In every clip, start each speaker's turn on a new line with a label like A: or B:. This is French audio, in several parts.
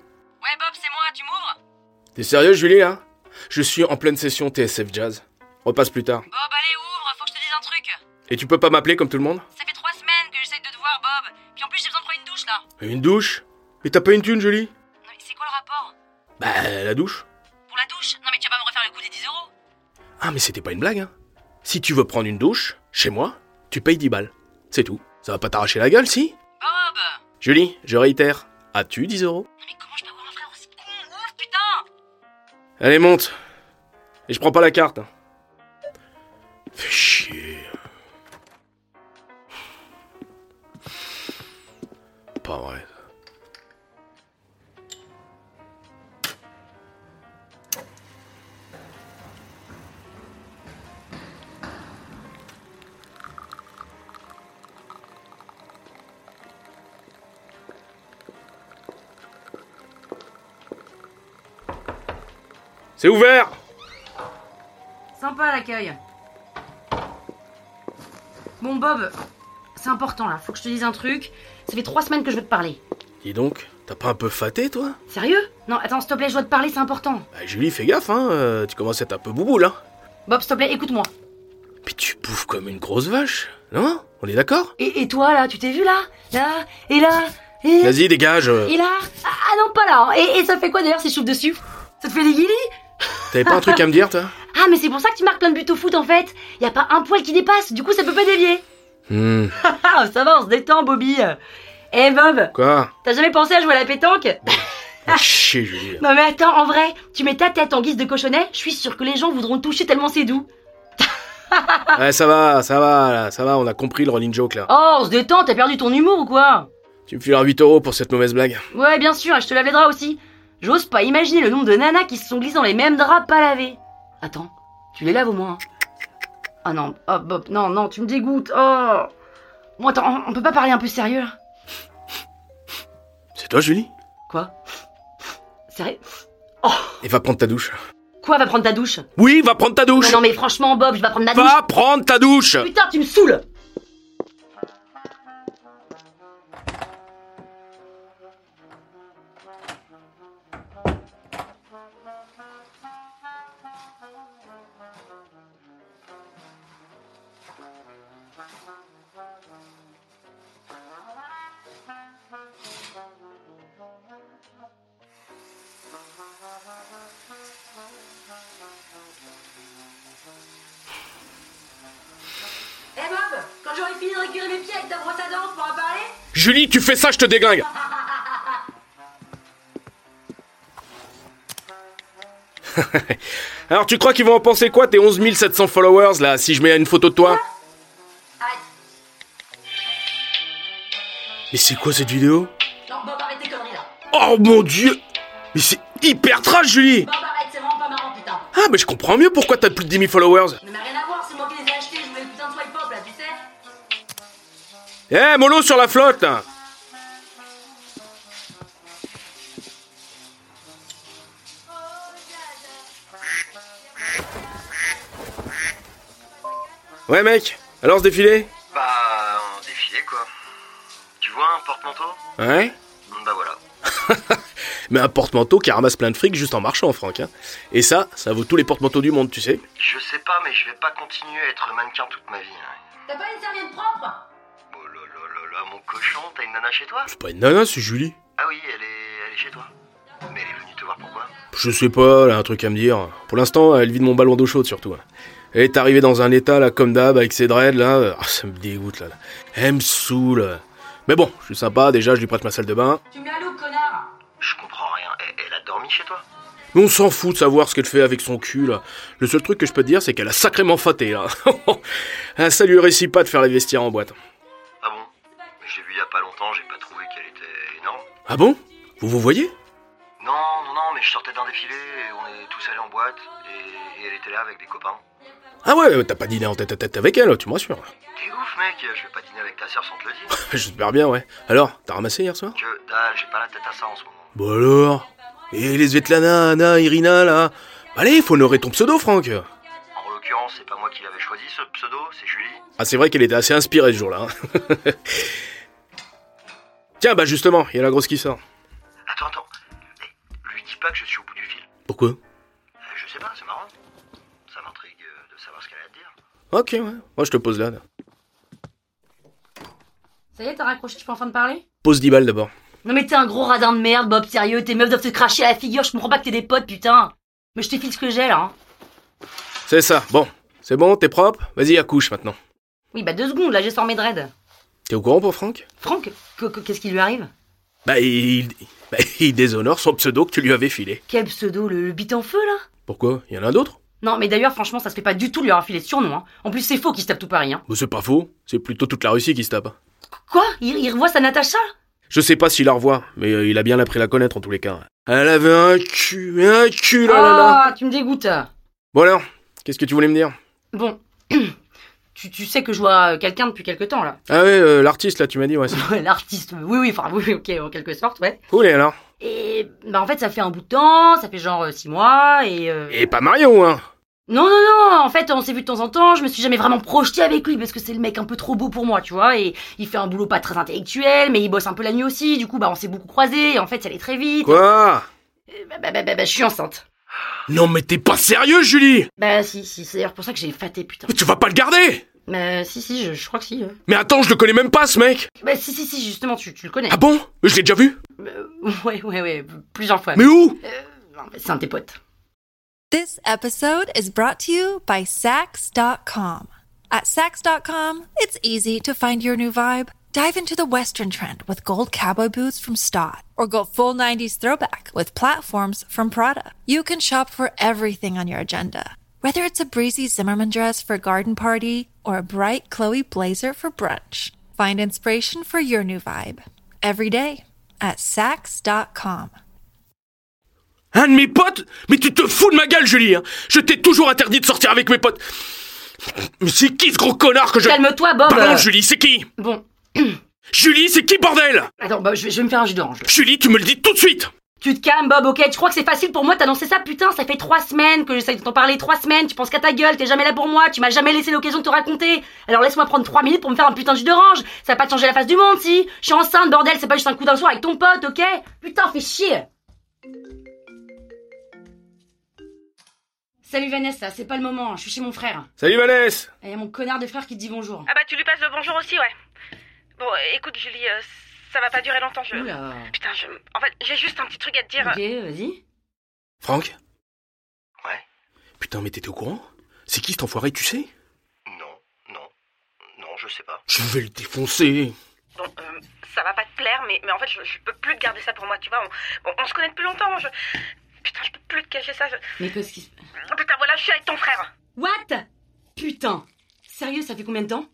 A: Ouais Bob, c'est moi, tu m'ouvres
B: T'es sérieux, Julie, là Je suis en pleine session TSF Jazz. Repasse plus tard.
A: Bob, allez, ouvre, faut que je te dise un truc.
B: Et tu peux pas m'appeler comme tout le monde
A: Ça fait trois semaines que j'essaye de te voir, Bob. Puis en plus, j'ai besoin de prendre une douche, là.
B: Une douche Mais t'as pas une thune, Julie
A: Non, mais c'est quoi le rapport
B: Bah, la douche.
A: Pour la douche Non, mais tu vas pas me refaire le coup des 10 euros
B: Ah, mais c'était pas une blague, hein Si tu veux prendre une douche, chez moi, tu payes 10 balles. C'est tout. Ça va pas t'arracher la gueule, si
A: Bob
B: Julie, je réitère. As-tu 10 euros
A: Non, mais comment je peux avoir un frère aussi con Ouf, putain
B: Allez, monte Et je prends pas la carte. hein. Fais chier. Pas vrai. C'est ouvert
A: Sympa l'accueil. Bon, Bob, c'est important, là. Faut que je te dise un truc. Ça fait trois semaines que je veux te parler.
B: Dis donc, t'as pas un peu faté, toi
A: Sérieux Non, attends, s'il te plaît, je dois te parler, c'est important.
B: Bah, Julie, fais gaffe, hein, euh, tu commences à être un peu boubou, là.
A: Bob, s'il te plaît, écoute-moi.
B: Puis tu bouffes comme une grosse vache, non On est d'accord
A: Et, et toi, là, tu t'es vu, là Là Et là Et
B: Vas-y, dégage euh,
A: Et là Ah ah non, pas là hein. et, et ça fait quoi d'ailleurs ces choufs de sucre Ça te fait des guilis
B: T'avais pas un truc à me dire, toi
A: Ah, mais c'est pour ça que tu marques plein de buts au foot en fait Y a pas un poil qui dépasse, du coup ça peut pas dévier
B: Hmm,
A: Ah, ça va, on se détend, Bobby Eh Bob,
B: quoi
A: t'as jamais pensé à jouer à la pétanque
B: Ah, chier, Julie. là.
A: Non mais attends, en vrai, tu mets ta tête en guise de cochonnet, je suis sûre que les gens voudront le toucher tellement c'est doux.
B: Ouais, ça va, ça va, là, ça va, on a compris le rolling joke, là.
A: Oh, on se détend, t'as perdu ton humour ou quoi
B: Tu me fileras 8 euros pour cette mauvaise blague.
A: Ouais, bien sûr, et je te lave les draps aussi. J'ose pas imaginer le nombre de nanas qui se sont glissées dans les mêmes draps pas lavés. Attends, tu les laves au moins. hein. Ah non, oh Bob, non, non, tu me dégoûtes. Oh. Bon, attends, on, on peut pas parler un peu sérieux là
B: C'est toi, Julie
A: Quoi Sérieux
B: Et va prendre ta douche.
A: oh. Quoi, va prendre ta douche
B: Oui, va prendre ta
A: Mais
B: douche
A: Non mais franchement, Bob, je vais pas prendre ma douche.
B: Va prendre ta douche
A: Putain, tu me saoules Eh Bob, quand j'aurai fini de récupérer mes pieds avec ta brosse à dents, on pourra parler
B: Julie, tu fais ça, je te déglingue Alors, tu crois qu'ils vont en penser quoi, tes 11 700 followers, là, si je mets une photo de toi
A: Aïe
B: Mais c'est quoi cette vidéo
A: Non, Bob, arrête tes conneries là.
B: Oh mon dieu Mais c'est hyper trash, Julie
A: Bob, arrête, c'est vraiment pas marrant, putain.
B: Ah, mais je comprends mieux pourquoi t'as plus de 10 000 followers
A: Mais n'a rien à voir, c'est moi qui les ai achetés, je voulais le putain de swipe up là, tu sais.
B: Eh, mollo sur la flotte là. Ouais, mec, alors ce défilé
C: Bah, en défilé quoi. Tu vois un porte-manteau
B: Ouais
C: Bon, Bah voilà.
B: Mais un porte-manteau qui ramasse plein de fric juste en marchant, Franck. Hein. Et ça, ça vaut tous les porte-manteaux du monde, tu sais.
C: Je sais pas, mais je vais pas continuer à être mannequin toute ma vie. hein.
A: T'as pas une serviette propre
C: Oh là là là là, mon cochon, t'as une nana chez toi
B: C'est pas une nana, c'est Julie.
C: Ah oui, elle est, elle est chez toi. Mais elle est venue te voir pourquoi
B: Je sais pas, elle a un truc à me dire. Pour l'instant, elle vide mon ballon d'eau chaude surtout. Elle est arrivée dans un état là comme d'hab avec ses dreads là. Ah, ça me dégoûte là. Elle me saoule. Mais bon, je suis sympa, déjà je lui prête ma salle de bain.
A: Tu me la loues, connard
C: Je comprends rien. Elle, elle a dormi chez toi
B: Mais on s'en fout de savoir ce qu'elle fait avec son cul là. Le seul truc que je peux te dire c'est qu'elle a sacrément faté là. Ah, ça lui réussit pas de faire les vestiaires en boîte.
C: Ah bon Je l'ai vue il y a pas longtemps, j'ai pas trouvé qu'elle était énorme.
B: Ah bon Vous vous voyez
C: Non, non, non, mais je sortais d'un défilé, et on est tous allés en boîte, et, et elle était là avec des copains.
B: Ah ouais, t'as pas dîné en tête à tête avec elle, tu me rassures.
C: T'es ouf, mec, je vais pas dîner avec ta sœur sans te le dire.
B: J'espère bien, ouais. Alors, t'as ramassé hier soir
C: Que dalle, j'ai pas la tête à ça en ce moment.
B: Bon alors Et les Svetlana, Anna, Irina là Allez, faut honorer ton pseudo, Franck
C: En l'occurrence, c'est pas moi qui l'avais choisi ce pseudo, c'est Julie.
B: Ah, c'est vrai qu'elle était assez inspirée ce jour-là. hein. Tiens, bah justement, il y a la grosse qui sort.
C: Attends, attends. Eh, Lui dis pas que je suis au bout du fil.
B: Pourquoi
C: Euh, Je sais pas, c'est marrant. Ça m'intrigue euh, de savoir ce qu'elle a à te dire.
B: Ok, ouais. Moi, je te pose là. là.
A: Ça y est, t'as raccroché, je peux enfin te parler
B: Pose 10 balles d'abord.
A: Non mais t'es un gros radin de merde, Bob, sérieux, tes meufs doivent te cracher à la figure, je comprends pas que t'es des potes, putain Mais je te file ce que j'ai, là, hein.
B: C'est ça, bon. C'est bon, t'es propre Vas-y, accouche maintenant.
A: Oui, bah deux secondes, là, j'ai sort mes dreads.
B: T'es au courant pour Franck
A: Franck, que- que- qu'est-ce qui lui arrive
B: Bah, il... bah, il déshonore son pseudo que tu lui avais filé.
A: Quel pseudo, le, le bite en feu, là
B: Pourquoi Il y en a d'autres
A: Non, mais d'ailleurs, franchement, ça se fait pas du tout de lui avoir filé ce surnom, hein. En plus, c'est faux qu'il se tape tout Paris, hein.
B: Bah, c'est pas faux. C'est plutôt toute la Russie qui se tape. hein.
A: Quoi il, il revoit sa Natacha
B: Je sais pas s'il la revoit, mais euh, il a bien appris à la connaître en tous les cas. Elle avait un cul, un cul, Oh là là là
A: Ah, tu me dégoûtes
B: Bon alors, qu'est-ce que tu voulais me dire
A: Bon, tu, tu sais que je vois euh, quelqu'un depuis quelque temps, là.
B: Ah ouais, euh, l'artiste là, tu m'as dit, ouais. c'est-
A: Ouais, L'artiste, oui, oui, enfin, oui, oui, ok, en quelque sorte, ouais.
B: Cool, et alors
A: Et bah en fait ça fait un bout de temps, ça fait genre euh, six mois et, euh,
B: Et pas Marion, hein
A: non non non en fait on s'est vu de temps en temps, je me suis jamais vraiment projetée avec lui parce que c'est le mec un peu trop beau pour moi tu vois et il fait un boulot pas très intellectuel mais il bosse un peu la nuit aussi du coup bah on s'est beaucoup croisés et en fait ça allait très vite.
B: Quoi
A: Euh, bah, bah, bah, bah, bah, je suis enceinte.
B: Non mais t'es pas sérieux, Julie
A: Bah si si c'est d'ailleurs pour ça que j'ai faté putain.
B: Mais tu vas pas le garder
A: Bah si si je, je crois que si. euh.
B: Mais attends, je le connais même pas, ce mec
A: Bah si si si justement tu, tu le connais.
B: Ah bon Je l'ai déjà vu
A: Euh, ouais ouais ouais plusieurs fois.
B: Mais où
A: Non, mais C'est un de tes potes.
D: This episode is brought to you by Sax.com. At Sax.com, it's easy to find your new vibe. Dive into the Western trend with gold cowboy boots from Stott, or go full 90s throwback with platforms from Prada. You can shop for everything on your agenda, whether it's a breezy Zimmerman dress for a garden party or a bright Chloe blazer for brunch. Find inspiration for your new vibe every day at Sax.com.
B: Un de mes potes Mais tu te fous de ma gueule, Julie hein Je t'ai toujours interdit de sortir avec mes potes Mais c'est qui ce gros connard que je...
A: Calme-toi, Bob.
B: Pardon,
A: Euh,
B: Julie, c'est qui
A: Bon
B: Julie, c'est qui, bordel
A: attends bah je vais, je vais me faire un jus d'orange. là.
B: Julie, tu me le dis tout de suite
A: Tu te calmes, Bob, ok Je crois que c'est facile pour moi de t'annoncer ça, putain, ça fait trois semaines que j'essaie de t'en parler, trois semaines, tu penses qu'à ta gueule, t'es jamais là pour moi, tu m'as jamais laissé l'occasion de te raconter. Alors laisse-moi prendre trois minutes pour me faire un putain de jus d'orange, ça va pas te changer la face du monde, si Je suis enceinte, bordel, c'est pas juste un coup d'un soir avec ton pote, ok Putain, fais chier Salut Vanessa, c'est pas le moment, je suis chez mon frère.
B: Salut, Vanessa
A: Et y a mon connard de frère qui te dit bonjour.
E: Ah bah tu lui passes le bonjour aussi, ouais. Bon, euh, écoute Julie, euh, ça va pas durer longtemps, je...
A: Oula.
E: Putain, je... En fait, j'ai juste un petit truc à te dire.
A: Ok, vas-y.
B: Franck
C: Ouais
B: Putain, mais t'étais au courant C'est qui cet enfoiré, tu sais
C: Non, non, non, je sais pas.
B: Je vais le défoncer
E: Bon, euh, ça va pas te plaire, mais, mais en fait, je, je peux plus te garder ça pour moi, tu vois. On, bon, on se connaît depuis longtemps, je... Putain, je peux plus te cacher ça. je-
A: Mais qu'est-ce qui se...
E: Oh, Putain, voilà, je suis avec ton frère.
A: What Putain Sérieux, ça fait combien de temps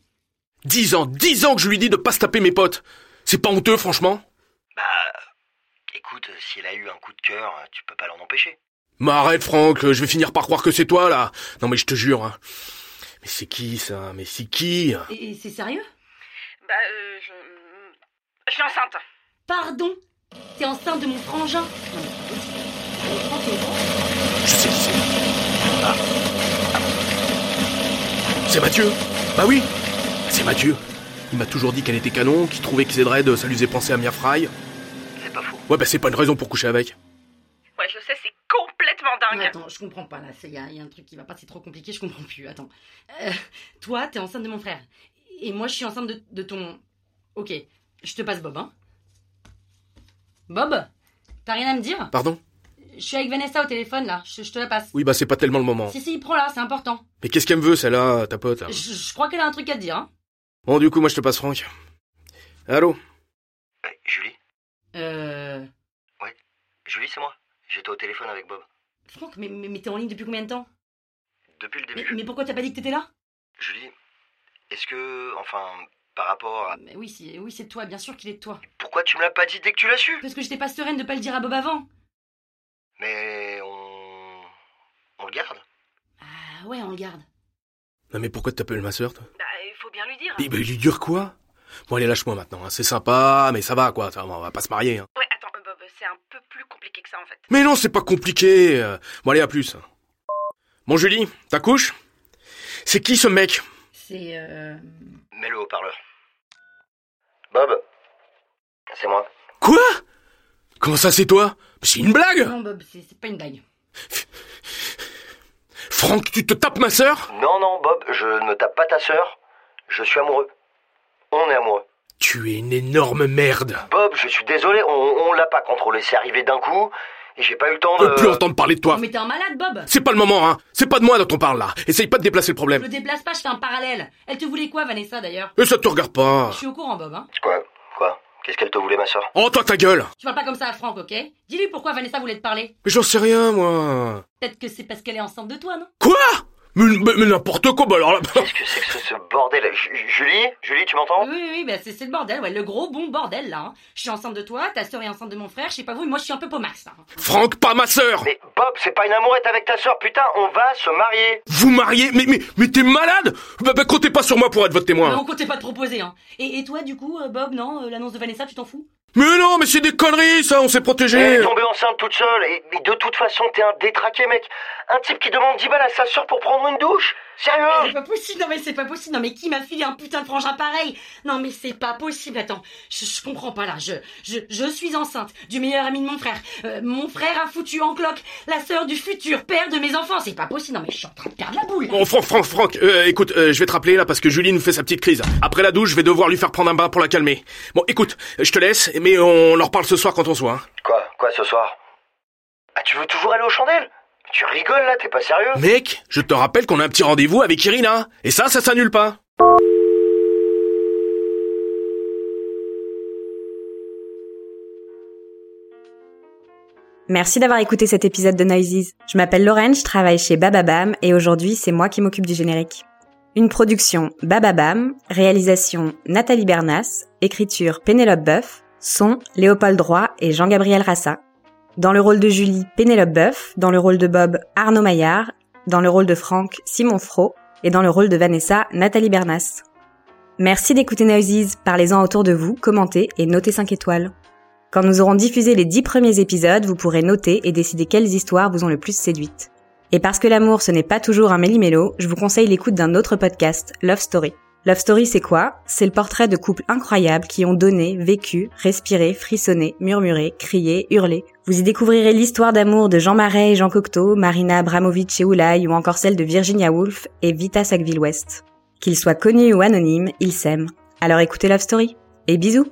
B: Dix ans, dix ans que je lui dis de pas se taper mes potes. C'est pas honteux, franchement
C: Bah, écoute, euh, si elle a eu un coup de cœur, euh, tu peux pas l'en empêcher.
B: Mais arrête, Franck, je vais finir par croire que c'est toi, là Non, mais je te jure, hein. Mais c'est qui, ça Mais c'est qui
A: Et, et c'est sérieux
E: Bah, euh, je. Je suis enceinte.
A: Pardon T'es enceinte de mon frangin Non, mais c'est pas possible. Je crois
B: Je
A: que-
B: sais qui c'est. Ah. C'est Mathieu Bah oui C'est Mathieu Il m'a toujours dit qu'elle était canon, qu'il trouvait que Zedred, ça lui faisait penser à Mia Fry.
C: C'est pas faux.
B: Ouais, bah c'est pas une raison pour coucher avec.
E: Ouais, je sais, c'est complètement
A: Non,
E: dingue.
A: attends, je comprends pas là, il y, a y a un truc qui va pas, c'est trop compliqué, je comprends plus. Attends. Euh, toi, t'es enceinte de mon frère. Et moi, je suis enceinte de, de ton. Ok, je te passe Bob, hein. Bob T'as rien à me dire
B: Pardon
A: Je suis avec Vanessa au téléphone là, je, je te la passe.
B: Oui, bah c'est pas tellement le moment.
A: Si, si, prends-la, c'est important.
B: Mais qu'est-ce qu'elle me veut, celle-là, ta pote, là
A: Je, je crois qu'elle a un truc à te dire, hein.
B: Bon, du coup, moi je te passe Franck. Allô
C: Eh, Julie
A: Euh.
C: Julie, c'est moi. J'étais au téléphone avec Bob.
A: Franck, mais, mais, mais t'es en ligne depuis combien de temps
C: Depuis le
A: mais,
C: début.
A: mais pourquoi t'as pas dit que t'étais là
C: Julie, est-ce que, enfin, par rapport à...
A: Ah, mais Oui, c'est oui, c'est de toi, bien sûr qu'il est de toi.
C: Pourquoi tu me l'as pas dit dès que tu l'as su
A: Parce que j'étais pas sereine de pas le dire à Bob avant.
C: Mais on... On le garde
A: Ah ouais, on le garde.
B: Non, mais pourquoi t'appelles ma sœur, toi
E: Bah, il faut bien lui dire.
B: Mais bah, il lui dure quoi Bon, allez, lâche-moi maintenant, hein. c'est sympa, mais ça va, quoi. Ça, on va pas se marier, hein.
E: Ouais, attends, euh, Bob, c'est un peu plus compliqué que ça en fait.
B: Mais non, c'est pas compliqué. euh. Bon, allez, à plus. Bon, Julie, t'accouches C'est qui ce mec
A: C'est. Euh...
C: Mets-le au parleur. Bob C'est moi.
B: Quoi Comment ça, c'est toi C'est une blague
A: Non, Bob, c'est c'est pas une blague.
B: Franck, tu te tapes ma sœur
C: Non, non, Bob, je ne tape pas ta sœur. Je suis amoureux. On est amoureux.
B: Tu es une énorme merde.
C: Bob, je suis désolé, on, on l'a pas contrôlé. C'est arrivé d'un coup et j'ai pas eu le temps
B: Je
C: de...
B: veux plus entendre parler de toi.
A: Mais t'es un malade, Bob
B: C'est pas le moment, hein. C'est pas de moi dont on parle, là. Essaye pas de déplacer le
A: Je
B: problème.
A: le déplace pas, je fais un parallèle. Elle te voulait quoi, Vanessa, d'ailleurs
B: Et ça te regarde pas.
A: Je suis au courant, Bob, hein.
C: Quoi Quoi Qu'est-ce qu'elle te voulait, ma sœur
B: Oh, toi, ta gueule
A: Tu parles pas comme ça à Franck, ok Dis-lui pourquoi Vanessa voulait te parler.
B: Mais j'en sais rien, moi.
A: Peut-être que c'est parce qu'elle est enceinte de toi, non
B: Quoi Mais, mais- mais n'importe quoi, bah alors là...
C: Qu'est-ce que c'est que ce, ce bordel Ju- Ju- Julie Julie, tu m'entends
A: Oui, oui, oui, bah c'est c'est le bordel, ouais, le gros bon bordel, là. hein. Je suis enceinte de toi, ta sœur est enceinte de mon frère, je sais pas vous, mais moi je suis un peu pomax, hein. là.
B: Franck, pas ma sœur
C: Mais Bob, c'est pas une amourette avec ta sœur, putain, on va se marier
B: Vous mariez Mais, mais, mais t'es malade Bah, bah, comptez pas sur moi pour être votre
A: Mais
B: témoin.
A: on comptait pas te proposer, hein. Et, et toi, du coup, euh, Bob, non, euh, l'annonce de Vanessa, tu t'en fous
B: Mais non, mais c'est des conneries, ça, on s'est
C: Elle
B: protégé.
C: est tombée enceinte toute seule, et, et de toute façon, t'es un détraqué, mec Un type qui demande 10 balles à sa sœur pour prendre une douche
A: C'est
C: Sérieux
A: pas possible, non mais c'est pas possible, non mais qui m'a filé un putain de frangin pareil Non mais c'est pas possible, attends, je, je comprends pas là, je, je, je suis enceinte du meilleur ami de mon frère, Euh, mon frère a foutu en cloque la sœur du futur père de mes enfants, c'est pas possible, non mais je suis en train de perdre la boule là.
B: Bon, Franck, Franck, Franck, euh, écoute, euh, je vais te rappeler là parce que Julie nous fait sa petite crise. Après la douche, je vais devoir lui faire prendre un bain pour la calmer. Bon, écoute, je te laisse, mais on en reparle ce soir quand on soit. hein.
C: Quoi Quoi ce soir Ah, tu veux toujours aller aux chandelles Tu rigoles, là, t'es pas sérieux
B: Mec, je te rappelle qu'on a un petit rendez-vous avec Irina. Et ça, ça s'annule pas.
F: Merci d'avoir écouté cet épisode de Noises. Je m'appelle Lorraine, je travaille chez Bababam et aujourd'hui c'est moi qui m'occupe du générique. Une production Bababam, réalisation Nathalie Bernas, écriture Pénélope Boeuf, son Léopold Droit et Jean-Gabriel Rassa. Dans le rôle de Julie, Pénélope Boeuf, dans le rôle de Bob, Arnaud Maillard, dans le rôle de Franck, Simon Fro et dans le rôle de Vanessa, Nathalie Bernas. Merci d'écouter Noises, parlez-en autour de vous, commentez et notez 5 étoiles. Quand nous aurons diffusé les dix premiers épisodes, vous pourrez noter et décider quelles histoires vous ont le plus séduite. Et parce que l'amour ce n'est pas toujours un méli-mélo, je vous conseille l'écoute d'un autre podcast, Love Story. Love Story c'est quoi C'est le portrait de couples incroyables qui ont donné, vécu, respiré, frissonné, murmuré, crié, hurlé. Vous y découvrirez l'histoire d'amour de Jean Marais et Jean Cocteau, Marina Abramovic et Oulai ou encore celle de Virginia Woolf et Vita Sackville-West. Qu'ils soient connus ou anonymes, ils s'aiment. Alors écoutez Love Story. Et bisous